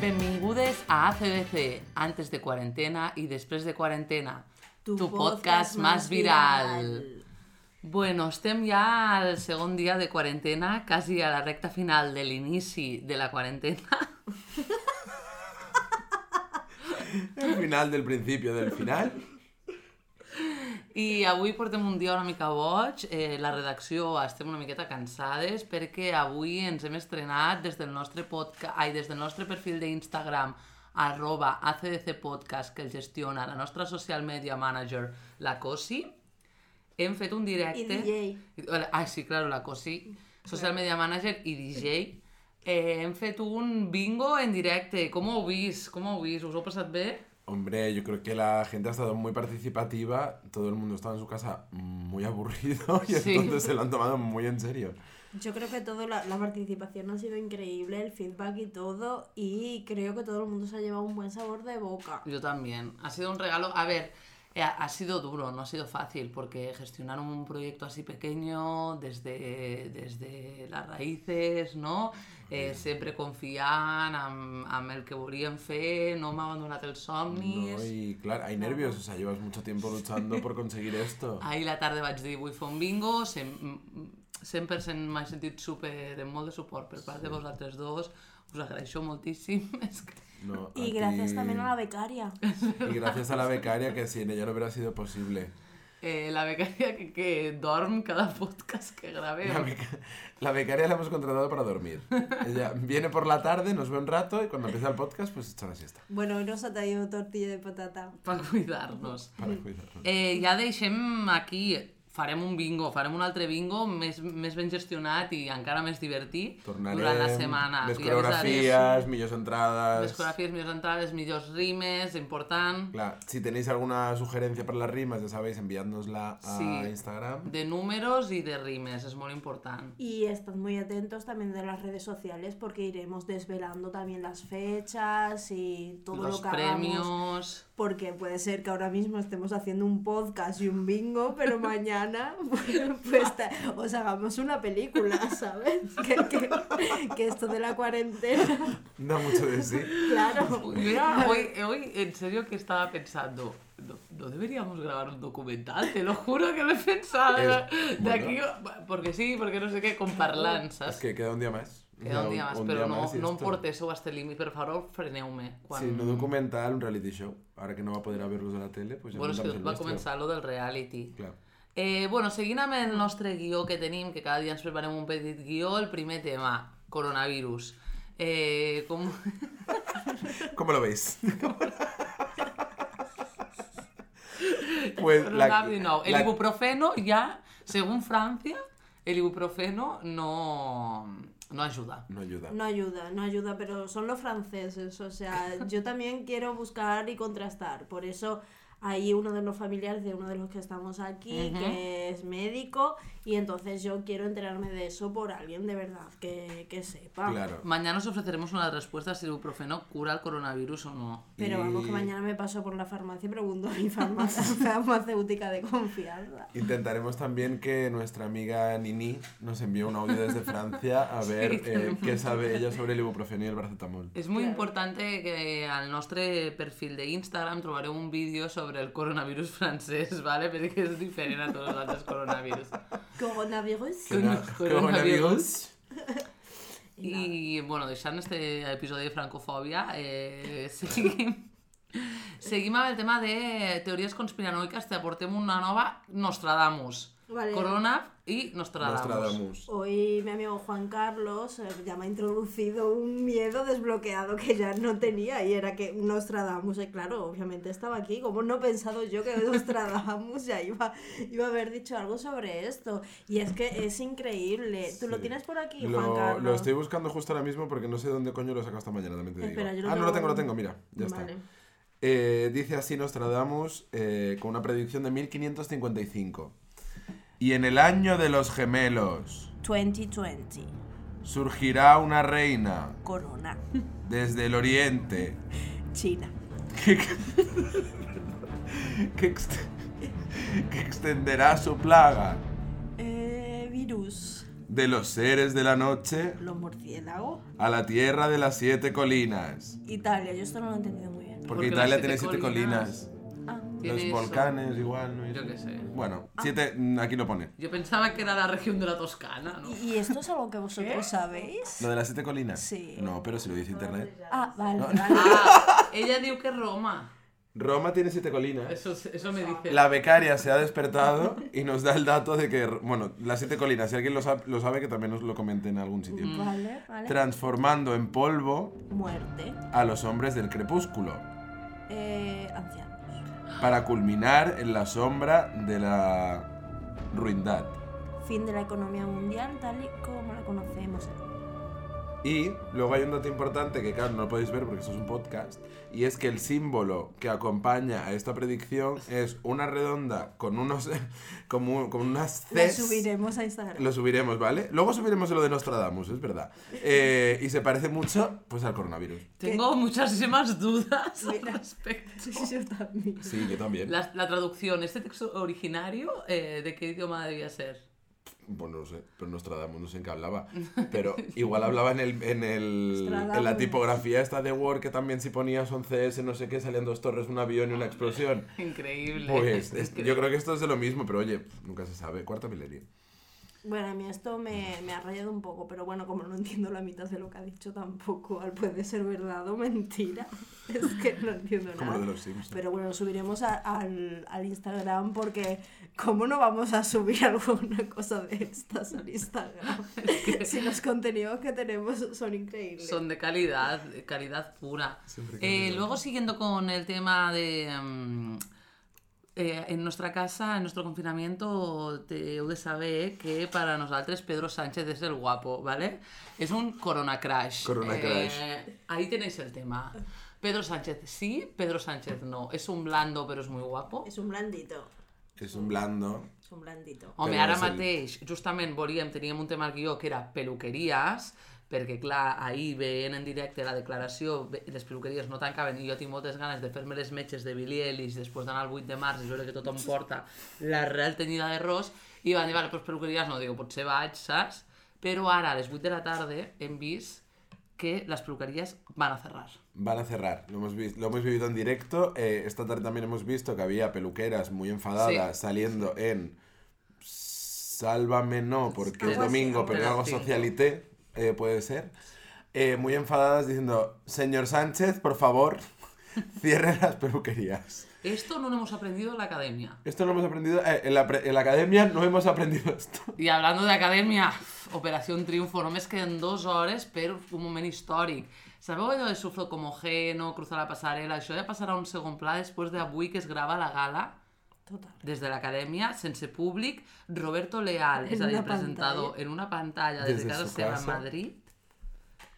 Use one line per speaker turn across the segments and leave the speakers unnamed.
Benvingudes a ACDC, antes de cuarentena y después de cuarentena, tu, podcast más viral. Bueno, estem ja al segon dia de quarantena, quasi a la recta final de l'inici de la quarantena.
El final del principio del final.
I avui portem un dia una mica boig, eh, la redacció estem una miqueta cansades perquè avui ens hem estrenat des del nostre, podca... Ai, des del nostre perfil d'Instagram arroba ACDC Podcast que el gestiona la nostra social media manager, la Cosi. Hem fet un directe...
I DJ.
Ah, sí, claro, la Cosi, social media manager i DJ. Eh, hem fet un bingo en directe. Com ho heu vist? Com ho heu vist? Us ho heu passat bé?
Hombre, yo creo que la gente ha estado muy participativa, todo el mundo estaba en su casa muy aburrido y
Sí.
entonces se lo han tomado muy en serio.
Yo creo que toda la, la participación ha sido increíble, el feedback y todo, y creo que todo el mundo se ha llevado un buen sabor de boca.
Yo también. Ha sido un regalo. A ver, eh, ha ha sido duro, no ha sido fácil, porque gestionar un proyecto así pequeño, desde, desde las raíces, ¿no? Eh, sempre confiant amb, amb el que volíem fer, no m'ha abandonat els somnis...
No, y claro, hay nervios, o sea, llevas mucho tiempo luchando por conseguir esto.
Ah,
Ahir la tarda vaig dir, vull fer un bingo, cent- mm, 100% m'he sentit super, amb molt de suport per part de vosaltres dos, us agraeixo moltíssim. És que...
No,
Y
ti-
gracias también a la becaria.
Y gracias a la becaria que sin ella no hubiera sido posible.
Eh, la becaria que, que dorm cada podcast que
Eh.
gravem.
La, beca- la becaria la hemos contratado para dormir. Ella viene por la tarde, nos ve un rato y cuando empieza el podcast pues echa la siesta
Bueno, hoy nos ha traído tortilla de patata.
per cuidar-nos.
para cuidarnos.
Eh, ja deixem aquí, farem un bingo, farem un altre bingo més, més ben gestionat i encara més divertit
Tornarem,
durant la setmana.
les
I avisarem.
coreografías, millos entradas...
Les coreografies, millors entrades, millors rimes, important.
Claro, si tenéis alguna sugerencia para las rimas, ya sabéis, enviádnosla a
Sí.
Instagram.
De números i de rimes, és molt important.
Y estad muy atentos también de las redes sociales porque iremos desvelando también las fechas y todo
Los
lo que hagamos.
premios...
Porque puede ser que ahora mismo estemos haciendo un podcast y un bingo, pero mañana pues, ta- os hagamos una película, ¿sabes? Que, que- que esto de la cuarentena,
Da mucho de sí.
Pues
claro.
Mira, hoy, hoy en serio que estaba pensando, no, no deberíamos grabar un documental, te lo juro que lo he pensado. de
Es- bueno.
aquí, porque sí, porque no sé qué, con parlanzas.
Es que queda un día más.
Queda un dia més, però no,
y
no em
esto.
porteu a este límit, per favor, freneu-me. Quan...
Sí, no documental, un reality show. Ahora que no va a poder a verlos de la tele, pues ya
bueno, és que
montamos el
va
nuestro.
començar lo del reality.
Claro.
Eh, bueno, seguint amb el nostre guió que tenim, que cada dia ens preparem un petit guió, el primer tema, coronavirus. Eh, com...
¿Cómo lo veis? pues
Coronavirus, no. El
la-
ibuprofeno ja, según Francia, el ibuprofeno no, no ajuda.
no ayuda.
No ayuda, no ayuda, pero son los franceses, o sea, yo también quiero buscar y contrastar, por eso hay uno de los familiares de uno de los que estamos aquí,
Ujú.
que es médico, y entonces yo quiero enterarme de eso por alguien de verdad que, que sepa.
Claro.
Mañana os ofreceremos una respuesta si el ibuprofeno cura el coronavirus o no.
Pero vamos,
Y
que mañana me paso por la farmacia y pregunto a mi farma- farmacéutica de confianza.
Intentaremos también que nuestra amiga Nini nos envíe un audio desde Francia a ver eh, qué sabe ella sobre el ibuprofeno y el paracetamol.
És molt
Claro.
important que al nostre perfil d'Instagram trobareu un vídeo sobre el coronavirus francès, ¿vale? perquè és diferent a tots els altres coronavirus.
Coronavirus.
Que na-
Con-
que
coronavirus.
I nada.
I, bueno, deixant este episodi de francofòbia, eh, seguim... Seguim amb el tema de teories conspiranoiques, t'aportem una nova Nostradamus.
Vale.
Corona i Nostradamus.
Nostradamus.
Hoy mi amigo Juan Carlos eh, ya me ha introducido un miedo desbloqueado que ya no tenía y era que Nostradamus, eh, claro, obviamente estaba aquí, como no he pensado yo que Nostradamus ya iba, iba a haber dicho algo sobre esto. Y es que es increíble. ¿Tú lo
Sí.
tienes por aquí, Juan
Lo,
Carlos?
lo estoy buscando justo ahora mismo porque no sé dónde coño lo he sacado esta mañana, también te digo.
Espera, yo lo
ah, no lo tengo,
tengo-
lo tengo, mira, ya
Vale.
está. Eh, dice así Nostradamus eh, con una predicción de 1555. Y en el año de los gemelos
2020,
surgirá una reina
Corona,
desde el oriente
China.
que, que ext- que extenderá su plaga
Eh, virus.
de los seres de la noche
Los murciélagos.
a la tierra de las siete colinas.
Italia, yo esto no lo he entendido muy bien.
Porque,
Porque las
Italia
siete
tiene siete
colinas.
colinas.
Ah,
Tiene
Los
eso.
volcanes igual. ¿no?
Yo qué sé.
Bueno, siete, mm, aquí lo pone.
Yo pensaba que era la región de la Toscana, ¿no?
¿y y esto es algo que vosotros sabéis?
¿Lo de las siete colinas?
Sí.
No, pero si lo dice internet.
Ah, vale,
No.
vale.
Ah, ella dijo que Roma.
Roma tiene siete colinas.
Eso, eso me dice.
La becaria se ha despertado y nos da el dato de que, bueno, las siete colinas, si alguien lo sabe, lo sabe que también nos lo comente en algún sitio.
Vale, vale.
Transformando en polvo
Muerte.
a los hombres del crepúsculo,
Eh, ancianos.
para culminar en la sombra de la ruindad.
Fin de la economía mundial tal y como la conocemos.
Y luego hay un dato importante que, claro, no lo podéis ver porque esto es un podcast, y es que el símbolo que acompaña a esta predicción es una redonda con unos, como, con unas
La
Cs.
subiremos a Instagram.
Lo subiremos, ¿vale? Luego subiremos lo de Nostradamus, es verdad. Eh, y se parece mucho, pues, al coronavirus.
Tengo muchísimas dudas
Mira.
al respecto.
Yo también.
Sí, yo también.
La, la traducción, ¿este texto originario eh, de qué idioma debía ser?
Pues no lo sé, pero Nostradamus no sé en qué hablaba. Pero igual hablaba en, el, en, el, en la
Nostradamus.
tipografía esta de Word que también si ponías 11 S, no sé qué, salían dos torres, un avión y una explosión.
Increíble.
Pues es-
Increíble.
yo creo que esto es de lo mismo, pero oye, nunca se sabe. Cuarta mileria.
Bueno, a mí esto me, me ha rayado un poco, pero bueno, como no entiendo la mitad de lo que ha dicho tampoco, al puede ser verdad o mentira. Es que no entiendo
Como lo de
nada.
los Sims.
Pero bueno, lo subiremos a- al, al Instagram porque ¿cómo no vamos a subir alguna cosa de estas al Instagram? Si los contenidos que tenemos son increíbles.
Son de calidad, de calidad pura.
Siempre
Eh,
calidad.
luego siguiendo con el tema de... mm, eh, en nuestra casa, en nuestro confinamiento, te heu de saber que para nosaltres Pedro Sánchez es el guapo, ¿vale? Es un corona crash.
Corona
Ahí tenéis el tema. Pedro Sánchez sí, Pedro Sánchez no. Es un blando, pero es muy guapo.
Es un blandito,
Es un blando.
es un blandito.
Home,
Però
ara
és el-
mateix, justament volíem, teníem un tema al guió que era peluqueries, perquè clar, ahir veient en directe la declaració, ve- les peluqueries no tancaven i jo tinc moltes ganes de fer-me les metges de Billy Ellis després d'anar al 8 de març i veure que tothom porta l'arrel tenyida de ros i van dir, vale, doncs peluqueries no, digo, potser vaig, saps? Però ara a les 8 de la tarda hem vist que les peluqueries van a cerrar.
Van a cerrar, lo hemos, vis- lo hemos vivido en directo. eh, esta tarde también hemos visto que había peluqueras muy enfadadas saliendo en Sálvame no, porque es
Algo así,
domingo,
algo
pero
así.
algo socialité, eh, puede ser. eh, muy enfadadas diciendo, señor Sánchez, por favor, cierre las peluquerías.
Esto no lo hemos aprendido en la academia.
Esto no hemos aprendido, eh, en, la pre- en la academia no hemos aprendido esto.
I hablando de acadèmia, Operación Triunfo, només queden dues hores per un moment històric. Sabeu allò de sufro como geno, cruzar la passarel·la, això ja passarà a un segon pla després d'avui que es grava la gala
Total.
des de l'acadèmia, sense públic, Roberto Leal, és a
En
dir,
una
presentador en una pantalla des, de
Des de
casa
su
seva
casa.
a Madrid,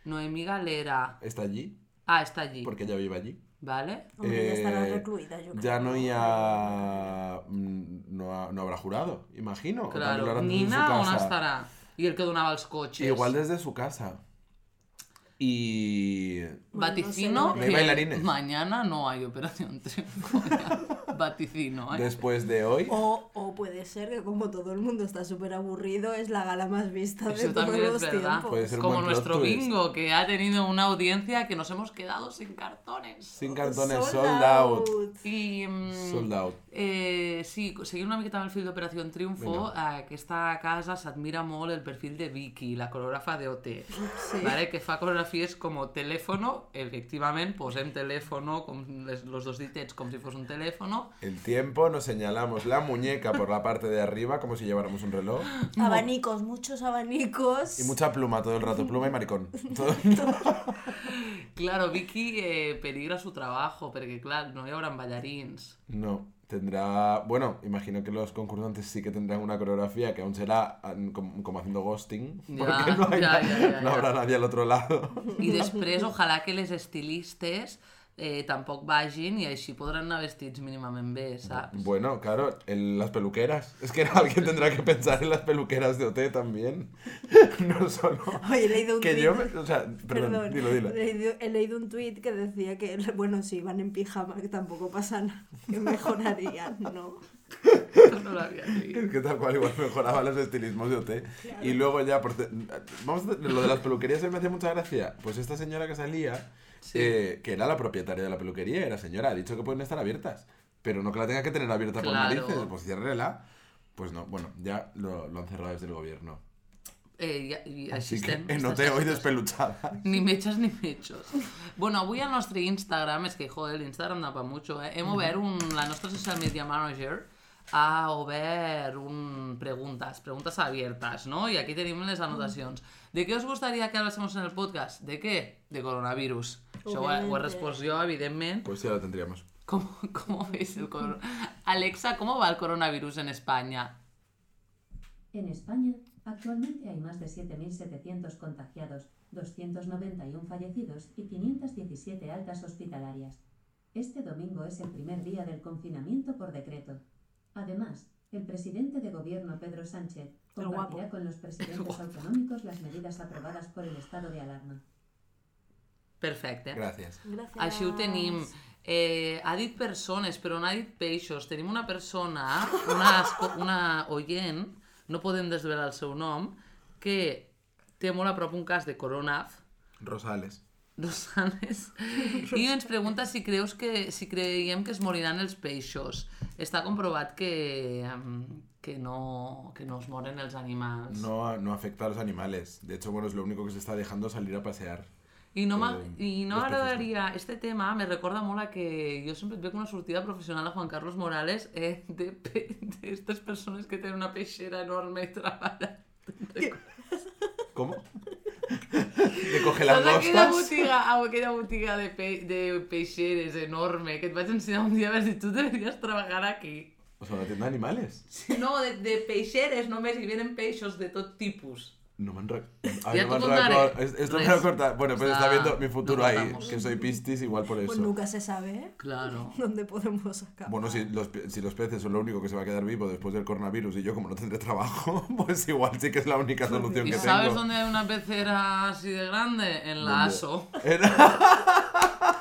Noemí Galera,
Está allí,
ah, està allí,
porque ella vive allí.
vale?
Hombre, ya estará
Eh,
recluida, yo creo.
Ya no, ya, no, ha- no habrá jurado, imagino. o también lo
Claro,
harán desde su
Nina on
casa.
estarà? I el que donava els cotxes.
Igual desde su casa. Y.
Bueno,
Vaticino.
no sé, no
hay
que
bailarines.
Mañana no hay operación triunfo. ya. Vaticino, ¿eh?
Después de hoy.
O, o puede ser que como todo el mundo está súper aburrido, es la gala más vista de
Eso
todos
también es
los
verdad.
tiempos.
Puede ser un
Como
buen plot
nuestro
twist.
bingo, que ha tenido una audiencia que nos hemos quedado sin cartones.
Sin cartones,
Sold
sold
out.
out.
I, mm,
Sold out.
Eh, sí, seguint una miqueta amb el fil d'Operació Triunfo, a aquesta casa s'admira molt el perfil de Vicky, la coreògrafa de OT,
Sí.
vale? que fa coreografies com telèfono, efectivament, posem telèfono, com les, los dos ditets com si fos un telèfono,
El tiempo nos señalamos la muñeca por la parte de arriba, como si lleváramos un reloj.
Abanicos, muchos abanicos.
Y mucha pluma todo el rato, pluma y maricón. Todo-
Claro, Vicky eh, peligra su trabajo, porque claro, no hi hauran ballarins.
No, tendrá. Bueno, imagino que los concursantes sí que tendrán una coreografía que aún será ah, como, como haciendo ghosting.
Ya,
Porque no, hay-
ya, ya, ya,
no habrá nadie al otro lado.
I després, ojalà que les estilistes eh, tampoc vagin i així podran anar vestits mínimament bé, saps?
Bueno, claro, en las peluqueras. Es que alguien tendrá que pensar en las peluqueras de OT también. No solo.
Oye, he leído un
Que
tuit-
yo. me- O sea, perdón,
Perdón,
dilo, dilo.
He, leído, he leído un tuit que decía que, bueno, si van en pijama, que tampoco pasa nada, que mejorarían, ¿no?
no lo había leído.
Es que tal cual igual mejoraba los estilismos de OT. Y luego ya, por te- vamos a- lo de las peluquerías se me hacía mucha gracia. Pues esta señora que salía,
Sí.
eh, que era la propietaria de la peluquería, era señora, ha dicho que pueden estar abiertas, pero no que la tenga que tener abierta
Claro.
por narices, pues ciérrela. Pues no, bueno, ya lo, lo han cerrado desde el gobierno.
Eh, ja- i així
Así que
estem.
en OT
Estàs-
hoy despeluchada.
Ni metges ni metges. Bueno, avui al nostre Instagram, és que, joder, l'Instagram da pa mucho, eh? Hem obert un... La nostra social media manager ha obert un... Preguntes, preguntes abiertas, no? I aquí tenim les anotacions. De què us gustaria que hablásemos en el podcast? De què? De coronavirus. Això ho he, ho he
Obviamente.
respost jo, evidentment.
Pues ya lo tendríamos.
¿Cómo, cómo ves el coronavirus? Alexa, ¿cómo va el coronavirus en España?
En España, actualmente hay más de 7.700 contagiados, 291 fallecidos y 517 altas hospitalarias. Este domingo es el primer día del confinamiento por decreto. Además, el presidente de gobierno Pedro Sánchez
El
compartirá con los presidentes autonómicos las medidas aprobadas por el estado de alarma.
Perfecte.
Gracias.
Gracias.
Així ho tenim. Eh, ha dit persones, però no ha dit peixos. Tenim una persona, una, esco- una oient, no podem desvelar el seu nom, que té molt a prop un cas de coronav,
Rosales.
dos anys, i ens pregunta si creus que si creiem que es moriran els peixos. Està comprovat que, mm, que, no, que no es moren els animals.
No, no afecta a los animales. De hecho, bueno, es lo único que se está dejando salir a pasear.
I no,
Eh,
m'ag- i no
los peixos,
m'agradaria... Este tema me recorda molt a que jo sempre et veig una sortida professional a Juan Carlos Morales eh, de pe- d'estes persones que tenen una peixera enorme i treballen.
¿Cómo? Te coge las
Saps aquella
langostas.
botiga, ah, aquella botiga de, pe de peixeres enorme que et vaig ensenyar un dia, vas dir, tu deberías treballar aquí.
O sea, una tienda de animales.
No, de, de peixeres només, hi venen peixos de tot tipus.
No me han re... A
Ya
mí
tú
me han
contaré.
recor- es- Esto me
Res.
lo corta. Bueno, pues
O sea,
está viendo mi futuro
nos
ahí.
cortamos.
Que soy pistis, igual por
Pues
eso.
nunca se sabe
Claro.
dónde podemos acabar.
Bueno, si los, pe- si los peces son lo único que se va a quedar vivo después del coronavirus y yo como no tendré trabajo, pues igual sí que es la única solución
¿Y
que
sabes
tengo.
dónde hay una pecera así de grande? En la
¿Dónde?
ASO.
Era-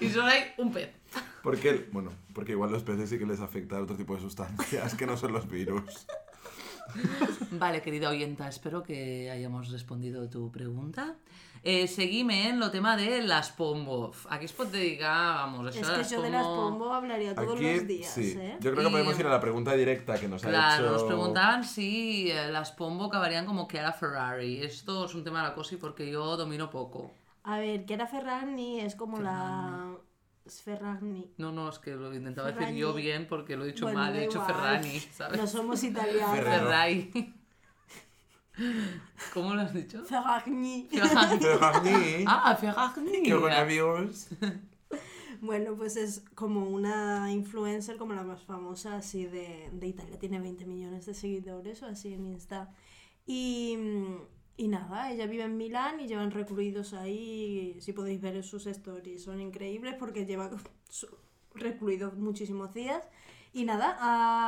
Y solo hay un pez.
Porque, el- bueno, porque igual los peces sí que les afecta otro tipo de sustancias que no son los virus.
Vale, querida oyenta, espero que hayamos respondido tu pregunta. Eh, seguime en lo tema de las pombo. Aquí es pot dedicar, vamos,
es
això
que
de les
yo de las
pombo-
pombo hablaría todos
Aquí,
los días,
sí.
¿eh?
Yo creo que
Y-
podemos ir a la pregunta directa que nos ha
Claro,
hecho...
nos preguntaban si eh, las pombo acabarían como Chiara Ferrari. Esto es un tema de la cosa y porque yo domino poco.
A ver, Chiara Ferragni es como la... es Ferragni.
No, no, es que lo intentaba decir
Ferragni.
yo bien porque lo he dicho
Bueno,
mal, he
da
dicho
igual.
Ferrani, ¿sabes?
No somos italianos.
Ferrero.
Ferrari. ¿Cómo lo has dicho?
Ferragni.
Ferrari.
Pero a mí,
Ah, Ferrari.
que coronavirus...
Bueno, pues es como una influencer, como la más famosa así de, de Italia. Tiene 20 millones de seguidores o así en Insta. Y, mm, y nada, ella vive en Milán y llevan recluidos ahí. Si podéis ver sus stories, son increíbles porque lleva su- recluidos muchísimos días. Y nada,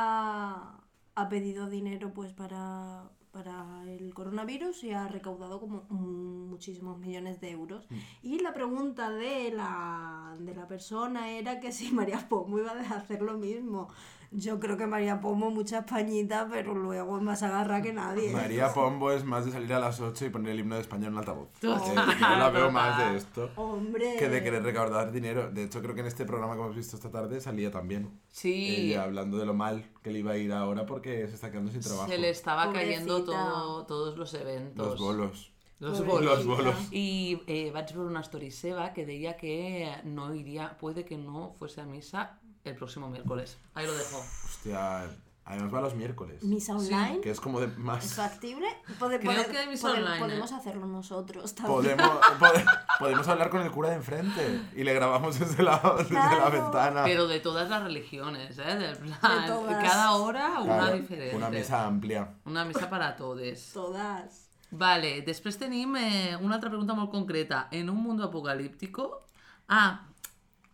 ha, ha pedido dinero pues para, para el coronavirus y ha recaudado como mm, muchísimos millones de euros.
Mm.
Y la pregunta de la, de la persona era que si María Pomo iba a hacer lo mismo. Yo creo que María Pomo mucha españita, pero luego es más agarra que nadie.
María Pombo es más de salir a las 8 y poner el himno de España en un altavoz.
Total,
Eh, yo la veo
total.
más de esto
Hombre.
que de querer recaudar dinero. De hecho, creo que en este programa que hemos visto esta tarde salía también.
Sí.
Ella hablando de lo mal que le iba a ir ahora porque se está quedando sin trabajo.
Se le estaba cayendo
Pobrecita.
todo, todos los eventos.
Los bolos.
Los
Pobrecita.
bolos.
Los bolos.
Y eh, vaig veure una story seva que decía que no iría, puede que no fuese a misa el próximo miércoles. Ahí lo dejo.
Hostia, además va los miércoles.
Misa online.
Que es como de
¿Es
más...
factible? Pode-
Creo
pode-
que hay misa
pode-
online, ¿eh?
Podemos hacerlo nosotros también.
Podemos, pode- podemos hablar con el cura de enfrente y le grabamos desde la, desde la
Claro.
ventana.
Pero de todas las religiones, ¿eh? Del plan,
De todas.
Cada hora una
Claro,
diferente.
Una mesa amplia.
Una misa para todos.
Todas.
Vale, després tenim eh, una altra pregunta molt concreta. En un mundo apocalíptico... Ah,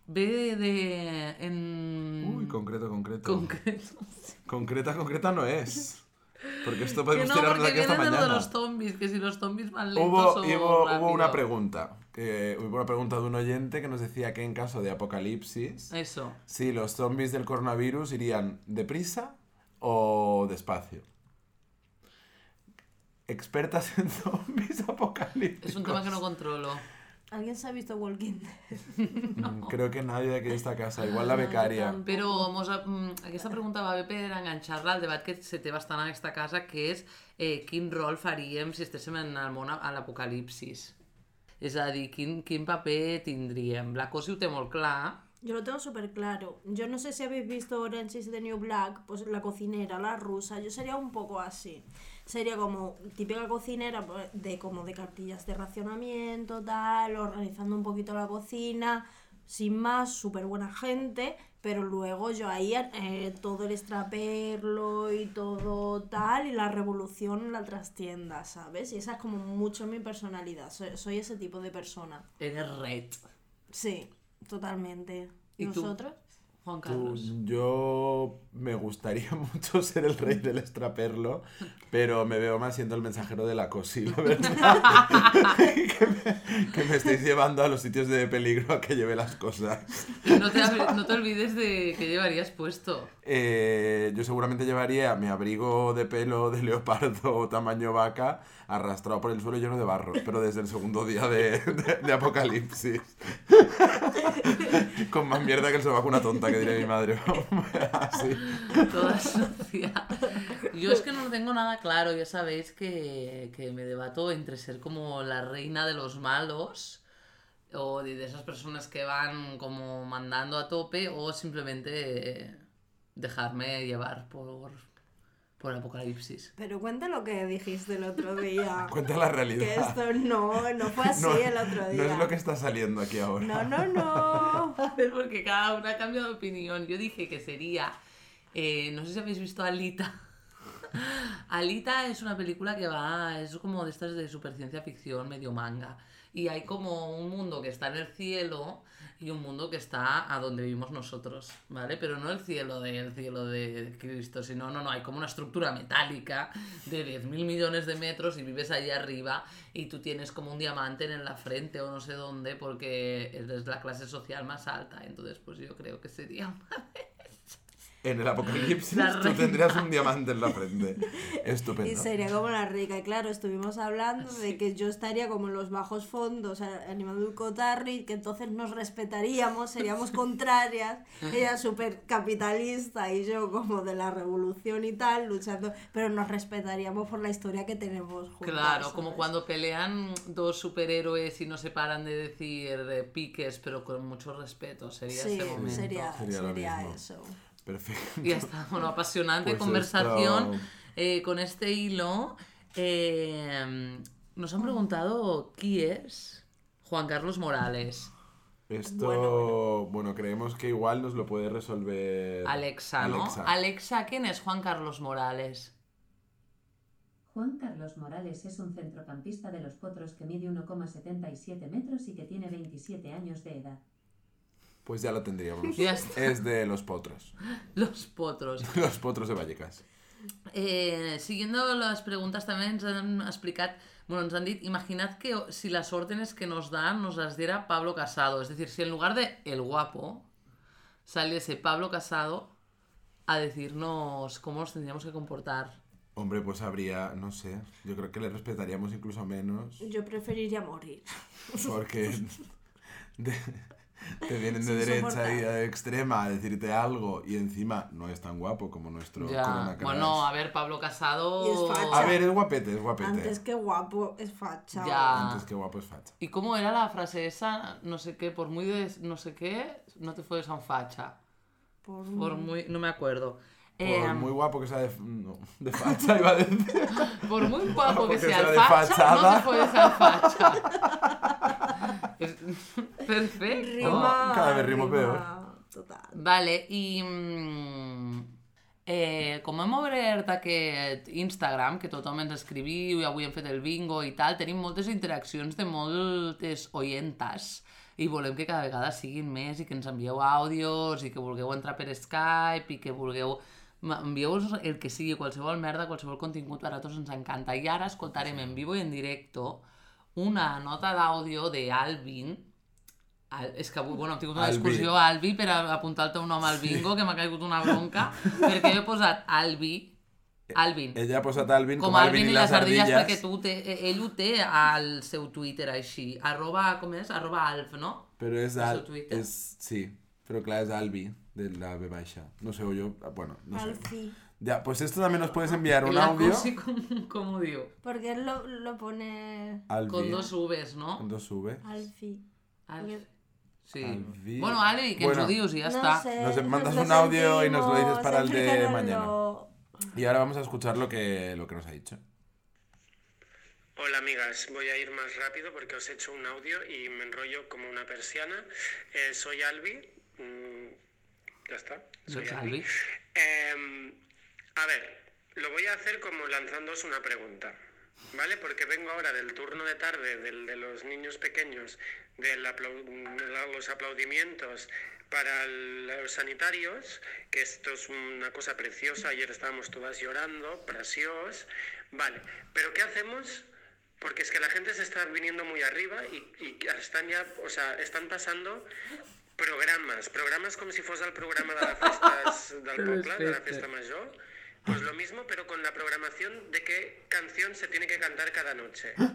ve de... de- en...
Uy, concreto, concreto.
Mm. concreto.
Concreta, concreta no es. Porque esto
Que
podemos
no,
tirarnos
porque
aquí hasta
viene de lo de
mañana.
los zombies, que si los zombies van lentos
Hubo,
o
hubo, hubo una
rápido.
pregunta. que- hubo una pregunta de un oyente que nos decía que en caso de apocalipsis,
Eso.
si los zombies del coronavirus irían deprisa o despacio. Expertas en zombies apocalípticos.
Es un tema que no controlo.
¿Alguien se ha visto Walking Dead?
Mm, Creo que nadie de aquí de esta casa, igual la becaria.
tampoco.
Però mos, ha- mm, aquesta pregunta va bé per enganxar-la al debat que se té bastant en aquesta casa, que és eh, quin rol faríem si estéssim en el món a a l'apocalipsis. És a dir, quin, quin paper tindríem. La Cosi ho té molt clar.
Yo lo tengo súper claro. Yo no sé si habéis visto Orange is the New Black, pues la cocinera, la rusa, yo sería un poco así. Sería como típica cocinera pues, de como de cartillas de racionamiento, tal, organizando un poquito la cocina, sin más, súper buena gente, pero luego yo ahí eh, todo el extraperlo y todo tal, y la revolución en la trastienda, ¿sabes? Y esa es como mucho mi personalidad, soy, soy ese tipo de persona.
Eres red,
Sí, totalmente.
¿Y tú?
¿Nosotros?
Juan
Tú-
Carlos.
Yo me gustaría mucho ser el rey del extraperlo, pero me veo más siendo el mensajero de la cosi, la verdad. que, me, que me estáis llevando a los sitios de peligro a que lleve las cosas.
Y No te, hab- no te olvides de que llevarías puesto.
Eh, yo seguramente llevaría mi abrigo de pelo de leopardo o tamaño vaca arrastrado por el suelo lleno de barro, pero desde el segundo día de, de- de apocalipsis. Con más mierda que el sobaco una tonta, que diría mi madre. Así.
Toda sucia. Yo es que no lo tengo nada claro, ya sabéis que, que me debato entre ser como la reina de los malos o de, de esas personas que van como mandando a tope o simplemente dejarme llevar por, por el apocalipsis.
Pero cuenta lo que dijiste el otro día.
Cuenta la realidad.
que esto no, no fue así el otro día.
no es lo que está saliendo aquí ahora.
No, no, no.
Es porque cada una cambia de opinión. Yo dije que sería, eh, no sé si habéis visto Alita. Alita es una película que va, es como de estas de superciencia ficción, medio manga. Y hay como un mundo que está en el cielo y un mundo que está a donde vivimos nosotros, ¿vale? Pero no el cielo del cielo de Cristo, sino, no, no, hay como una estructura metálica de 10.000 millones de metros y vives allí arriba y tú tienes como un diamante en la frente o no sé dónde porque eres la clase social más alta. Entonces, pues yo creo que sería
En el apocalipsis
La
tú
reina.
tendrías un diamante en la frente. Estupendo.
Y sería como la rica. Y claro, estuvimos hablando de que yo estaría como en los bajos fondos, a- animando un cotarri, que entonces nos respetaríamos, seríamos contrarias. Ella súper capitalista y yo como de la revolución y tal, luchando, pero nos respetaríamos por la historia que tenemos juntas.
Claro,
¿sabes?
como cuando pelean dos superhéroes y no se paran de decir eh, piques, pero con mucho respeto, sería
Sí,
ese momento.
sería,
Sería lo
sería
mismo.
eso.
Perfecto.
Y ya está, bueno, apasionante
Pues
conversación
esto-
eh, con este hilo. Eh, nos han preguntado quién es Juan Carlos Morales.
Esto, bueno,
Bueno,
creemos que igual nos lo puede resolver
Alexa, ¿no?
Alexa.
Alexa, ¿quién es Juan Carlos Morales?
Juan Carlos Morales es un centrocampista de los Potros que mide 1,77 metros y que tiene 27 años de edad.
Pues ya lo tendríamos.
Ya está.
Es de los potros.
Los potros.
Los potros de Vallecas.
Eh, siguiendo les preguntes també ens han explicat, bueno, ens han dit, imaginad que si las órdenes que nos dan nos las diera Pablo Casado, es decir, si en lugar de el guapo saliese Pablo Casado a decirnos cómo nos tendríamos que comportar.
Hombre, pues habría, no sé, yo creo que le respetaríamos incluso menos
Yo preferiría morir.
porque de- te vienen de
Es
derecha y
insoportable.
de extrema a decirte algo y encima no es tan guapo como nuestro Corona Crash.
Bueno, a ver, Pablo Casado... Ah,
Y es facha.
A ver, es guapete, es guapete.
Antes que guapo, es facha.
Ya.
Antes que guapo es facha.
¿Y cómo era la frase esa? No sé qué, por muy de... no sé qué, no te fue San Facha.
Por-
Por muy... no me acuerdo.
Por
Em,
muy guapo que sea de, no, de facha, iba a decir.
Por muy guapo que
Porque
sea
sea
el
de
facha, no
fachada.
te puede ser facha. Es- Perfecto.
Rima.
Cada vez rimo
rima,
peor.
Total.
Vale, i... mm, Eh, com hem obert aquest Instagram, que tothom ens escriviu i avui hem fet el bingo i tal, tenim moltes interaccions de moltes oyentes i volem que cada vegada siguin més i que ens envieu àudios i que vulgueu entrar per Skype i que vulgueu Envieu el que sigui, qualsevol merda, qualsevol contingut, a nosaltres ens encanta. I ara escoltarem en vivo i en directe una nota d'àudio d'Alvin, Al- és que avui, bueno, hem tingut una
Albi.
discussió a Albi per a- apuntar el teu nom al bingo, que m'ha caigut una bronca, perquè jo he posat Albi, Alvin,
Ella ha posat Alvin
Eh, com, Alvin i les ardilles, perquè tu té, eh, ell ho té al seu Twitter així, arroba, com és? Arroba Alf, no?
Però és,
al
al,
seu Twitter.
és... Sí, però clar, és Albi, de la B baixa. No sé, o jo... Bueno, no sé.
Alfie.
Ya, pues esto también nos puedes enviar un
El
audio.
Arcosi, com, com ho diu?
Porque él lo, lo pone
Albi.
Con dos Vs,
Con
no?
dos V.
Alfie.
Alf. Sí.
Albi.
Bueno, Ale, que
Bueno.
ens ho dius i ja
no
està.
Sé,
Nos
lo
mandas un audio y nos lo dices
sentimos,
para el de
Enrique, no
mañana.
lo-
Y ahora vamos a escuchar lo que, lo que nos ha dicho.
Hola amigas, voy a ir más rápido porque os he hecho un audio y me enrollo como una persiana. Eh, soy Albi. mm, ya está. Soy
Doncs
Albi.
Albi.
Em, a ver, lo voy a hacer como lanzándoos una pregunta, ¿vale? Porque vengo ahora del turno de tarde, del de los niños pequeños, del aplau- de la- los aplaudimientos para el- los sanitarios, que esto es una cosa preciosa, ayer estábamos todas llorando, precios, ¿vale? Pero ¿qué hacemos? Porque es que la gente se está viniendo muy arriba y, y están ya, o sea, están pasando programes, programes com si fos el programa de les festes del poble, de la festa major, pues lo mismo, pero con la programación de qué canción se tiene que cantar cada noche.
Ah.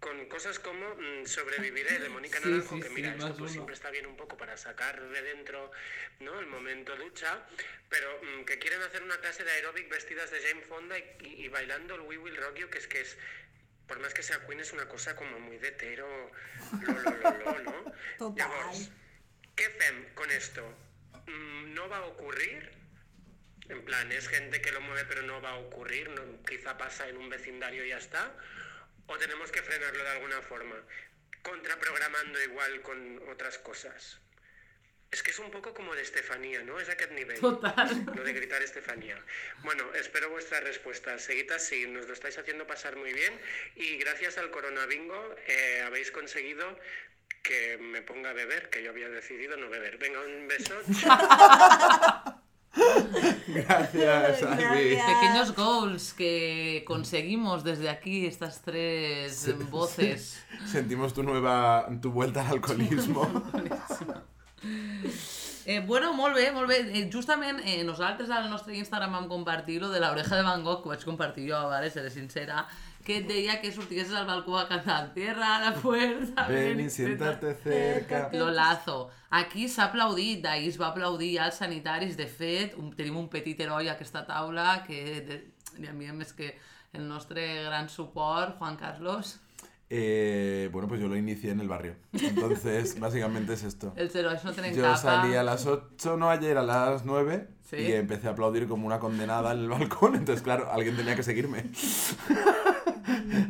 Con cosas como mm, Sobreviviré de Mónica
Sí,
Naranjo,
sí,
que
sí,
mira, esto
más
pues,
uno.
siempre está bien un poco para sacar de dentro ¿no? el momento ducha, pero mm, que quieren hacer una clase de aeróbic vestidas de Jane Fonda y, y- y bailando el We Will Rock You, que es que es, por más que sea Queen, es una cosa como muy de tero, lo, lo, lo, lo, ¿no?
Total.
Llavors, ¿Qué fem con esto? Mm, ¿No va a ocurrir? En plan, es gente que lo mueve pero no va a ocurrir, no- quizá pasa en un vecindario y ya está. ¿O tenemos que frenarlo de alguna forma? Contraprogramando igual con otras cosas. Es que es un poco como de Estefanía, ¿no? Es aquest nivel.
Total.
Lo de gritar Estefanía. Bueno, espero vuestras respuestas. Seguid así, nos lo estáis haciendo pasar muy bien y gracias al coronabingo eh, habéis conseguido que me ponga a beber, que yo había decidido no beber. Venga, un beso.
Gracias, Albi.
Gracias.
Pequeños goals que conseguimos desde aquí, estas tres voces.
Sentimos tu nueva, tu vuelta al alcoholismo.
Eh, bueno, molt bé, molt bé. Eh, justament eh, nosaltres al nostre Instagram vam compartir lo de l'oreja de Van Gogh, que vaig compartir jo, vale, seré sincera, que et deia que sortiguessis al balcó a cantar Tierra a la puerta,
Ven y siéntate cerca.
Lo lazo. Aquí s'ha aplaudit, ahir es va aplaudir als sanitaris, de fet, un, tenim un petit heroi a aquesta taula que de, li enviem més que el nostre gran suport, Juan Carlos.
Eh, bueno, pues yo lo inicié en el barrio. Entonces, básicamente es esto.
Els herois no tenen
Yo
capa.
salí a las 8, no ayer, a las 9
Sí.
y empecé a aplaudir como una condenada en el balcón. Entonces, claro, alguien tenía que seguirme.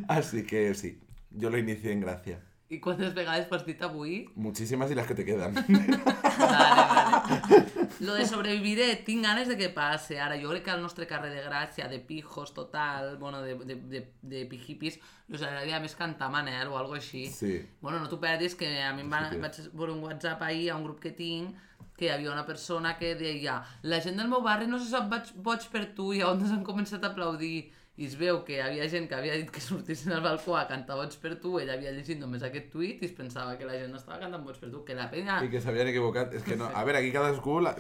Así que sí, yo lo inicié en gracia.
I quantes vegades ho has dit avui?
Muchísimas y las que te quedan.
Vale, vale. Lo de sobreviviré, tinc ganes de que passe. Ara, jo crec que al nostre carrer de Gràcia, de pijos total, bueno, de, de, de, de pijipis, us agradaria més cantar Manel o algo així.
Sí.
Bueno, no t'ho perdis, que a mi em van,
Sí, sí.
vaig veure un WhatsApp ahir a un grup que tinc que hi havia una persona que deia la gent del meu barri no se sap boig, boig per tu i a on han començat a aplaudir i es veu que hi havia gent que havia dit que sortissin al balcó a cantar Boig per tu ell havia llegit només aquest tuit i es pensava que la gent estava cantant Boig per tu que la penya
Y que se habían equivocado. Es que no. A ver, aquí cada escuela.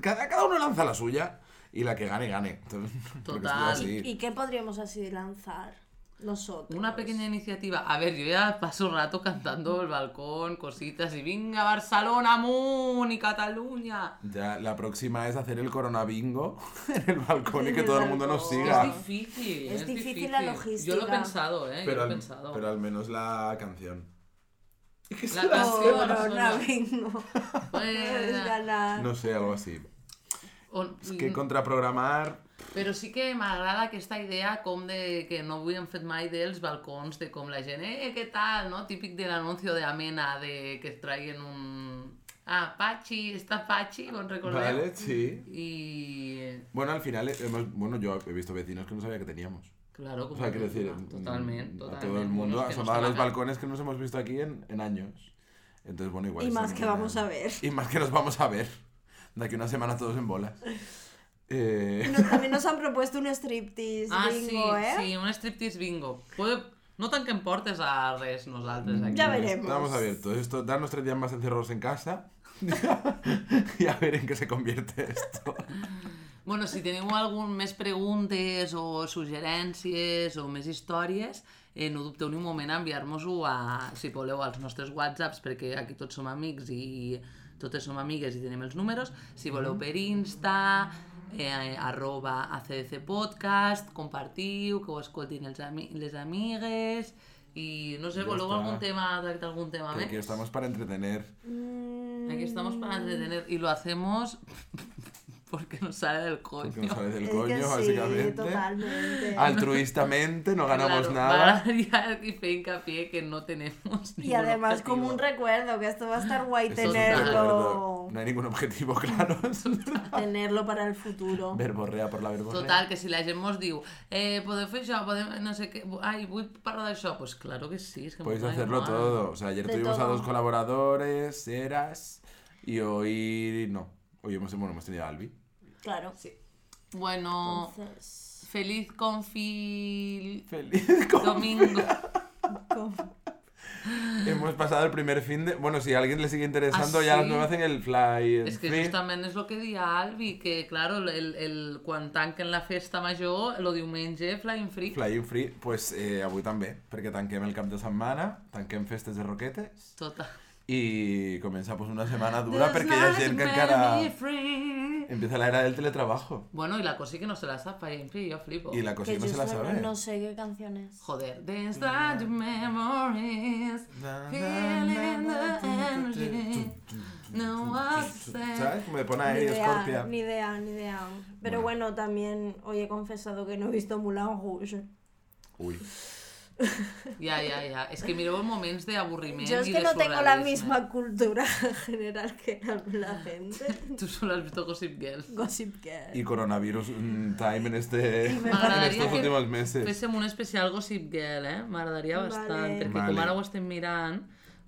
Cada, cada uno lanza la suya y la que gane, gane. Entonces, porque esto
Total.
es así.
¿Y qué podríamos así lanzar nosotros?
Una pequeña iniciativa. A ver, yo ya paso rato cantando el balcón, cositas y venga Barcelona, amunt y Cataluña.
Ya, la próxima es hacer el coronabingo en el balcón y
En
que
el
todo el mundo nos
balcón.
siga.
Es difícil.
Es difícil la logística.
Yo lo he pensado, ¿eh? yo
Pero
lo he
al,
pensado.
pero al menos la canción.
La canción, la
Corona,
zona.
vengo.
Eh,
Puedes
Ah.
ganar.
No sé, algo así.
On-
Es que contraprogramar.
Però mm, sí que m'agrada aquesta idea com de que no avui hem fet mai dels balcons, de com la gent, eh, què tal, no? Típic de l'anuncio de Amena, de que traien un... Ah, Pachi, està Pachi, on recordeu?
Ah, Vale, sí.
I...
Bueno, al final, hemos- bueno, yo he visto vecinos que no sabía que teníamos.
Claro,
O
como
sea, quiero decir,
totalmente,
mm,
totalmente.
a todo el mundo,
Bueno, es que
asomado a
nos
los
toca-
balcones que nos hemos visto aquí en, en años. Entonces, bueno, igual.
Y
esa
más
no
que
era-
vamos a ver.
Y más que nos vamos a ver. De aquí una semana todos en bolas. Eh,
No, también nos han propuesto un striptease
Ah,
bingo,
sí,
¿eh?
sí, un striptease bingo. Puede... No tanquem portes a res nosaltres aquí.
Ja veremos.
Estamos abiertos. Esto, darnos tres días más encerrados en casa y a ver en qué se convierte esto.
Bueno, si teniu algun més preguntes o suggerències o més històries, eh, no dubteu ni un moment a enviar-nos-ho, a, si voleu, als nostres whatsapps, perquè aquí tots som amics i totes som amigues i tenim els números. Si
Mhm.
voleu per Insta, eh, arroba ACDC Podcast, compartiu, que ho escoltin els ami les amigues, i no sé,
Ja
voleu
està.
algun tema, tractar algun tema
Que
més?
aquí estamos para entretener.
Mm,
Aquí estamos para entretener y lo hacemos porque nos sale del coño.
Porque nos sale del
Es
coño,
que sí,
básicamente.
totalmente.
Altruistamente, no ganamos
Claro,
nada.
para ya y fe hincapié que no tenemos
Y
ningún
además
objetivo.
como un recuerdo, que esto va a estar guay
Eso sí, de acuerdo.
tenerlo,
No hay ningún objetivo claro.
tenerlo para el futuro.
verborrea por la verborrea.
Total, que si la gent mos diu eh, podeu fer això, podem, no sé què, ai, vull parlar d'això, pues claro que sí, és que
Podéis
m'ho fa
hacerlo
igual.
todo. O sea, ayer
De
tuvimos a
todo.
dos colaboradores, Eras, y hoy no. Hoy hemos, bueno, hemos tenido a Albi.
Claro.
Bueno,
Entonces,
feliz confil...
Feliz. con-
Domingo.
¿cómo?
hemos pasado el primer fin de... Bueno, si a alguien le sigue interesando,
¿Ah,
ya las
sí?
nuevas en el fly.
És que justament és el que di Albi, que claro, el, el, quan tanquen la festa major, el diumenge, Flying Free.
Flying Free, pues eh, avui també, perquè tanquem el cap de setmana, tanquem festes de roquetes
Total.
i comença pues, una setmana dura perquè hi ha gent que encara... Empieza la era del teletrabajo
Bueno, y la cosa sí que no se la sap, Flying Free, jo flipo.
i la cosa que no se la sabe.
no sé qué canciones.
Joder, there's that memories feeling the energy. No one's there.
¿Sabes? Me pone
Ni
aéreo,
idea,
Scorpia.
ni idea, ni idea. Pero
Bueno.
bueno, también hoy he confesado que no he visto Moulin Rouge.
Uy.
Ja, ja, ja. És que mireu moments d'avorriment
Yo es
i
que
de
no tengo la
surrealisme.
misma cultura general que la gente.
Tu solo has visto Gossip Girl.
Gossip Girl.
Y coronavirus mm, time en, este, en
M'agradaria
estos
que
últimos
Pues,
meses.
Féssim un especial Gossip Girl, eh? M'agradaria
Vale.
bastant, perquè com
Vale.
ara ho estem mirant,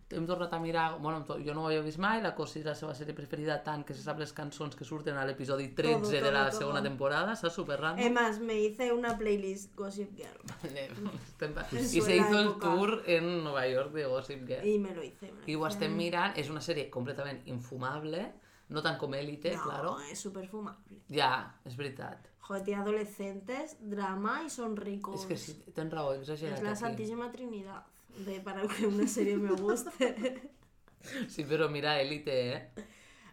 hem tornat a mirar, bueno, to- jo no ho havia vist mai, la Cosi és la seva sèrie preferida tant que se sap les cançons que surten a l'episodi 13
Todo,
de la
todo, todo.
segona temporada, saps? Super random.
Es más, me hice una playlist Gossip Girl.
Vale, estem pa-
En
I
su
se hizo el
época.
tour en Nova York de Gossip Girl.
Y me lo hice. me lo
I ho
hice.
estem mirant, és una sèrie completament infumable, no tan com Elite,
No,
claro.
es súper fumable.
Ja, és veritat.
Joder, tía, adolescentes, drama y son ricos.
És que sí, tens raó, he
Es
exagerat
la
aquí.
Santísima Trinidad de para que una serie me guste.
Sí, però mira Elite, eh?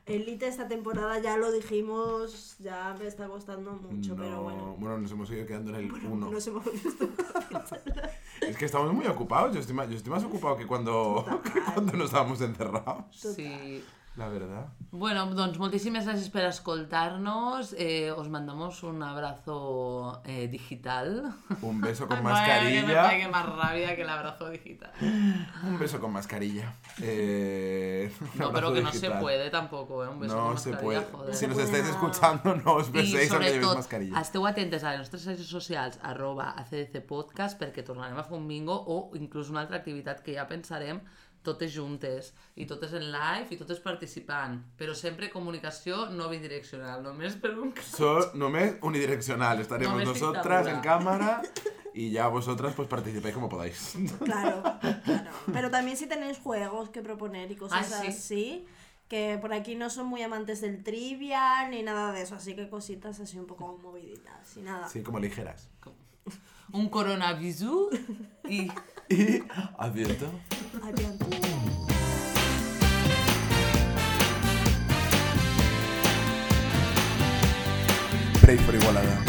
Elite esta temporada ya lo dijimos, ya me está costando mucho, pero
No,
bueno.
bueno, nos hemos ido quedando en el 1.
Nos hemos
Es que estamos muy ocupados. Yo estoy más, yo estoy más ocupado que cuando, que cuando nos estábamos encerrados.
Sí.
La verdad.
Bueno, doncs moltíssimes gràcies per escoltar-nos. Eh, os mandamos un abrazo eh, digital.
Un beso con
Vaya, que me
mascarilla.
pegue más rabia que el abrazo digital.
Un beso con mascarilla. Eh, un
No, pero
abrazo
que no se
digital.
puede tampoco, ¿eh? Un beso con
No se
mascarilla,
puede.
joder.
Si nos
puede
estáis
nada.
escuchando, no os
I
beséis aunque llevéis
sobretot,
mascarilla.
esteu atentes a les nostres xarxes socials, arroba ACDC Podcast, perquè tornarem a fer un bingo o inclús una altra activitat que ja pensarem totes juntes, i totes en live, i totes participant, però sempre comunicació no bidireccional, només per un cas.
So- només unidireccional. Estaremos
Només
nosotras
dictadura.
en cámara y ya vosotras pues participéis como podáis.
Claro, claro. Pero también si tenéis juegos que proponer y cosas
Ah, sí.
así, que por aquí no son muy amantes del trivia ni nada de eso, así que cositas así un poco moviditas y nada.
Sí, como ligeras.
Un coronavisú i...
Y advierto.
Adiós.
Pray for igualada.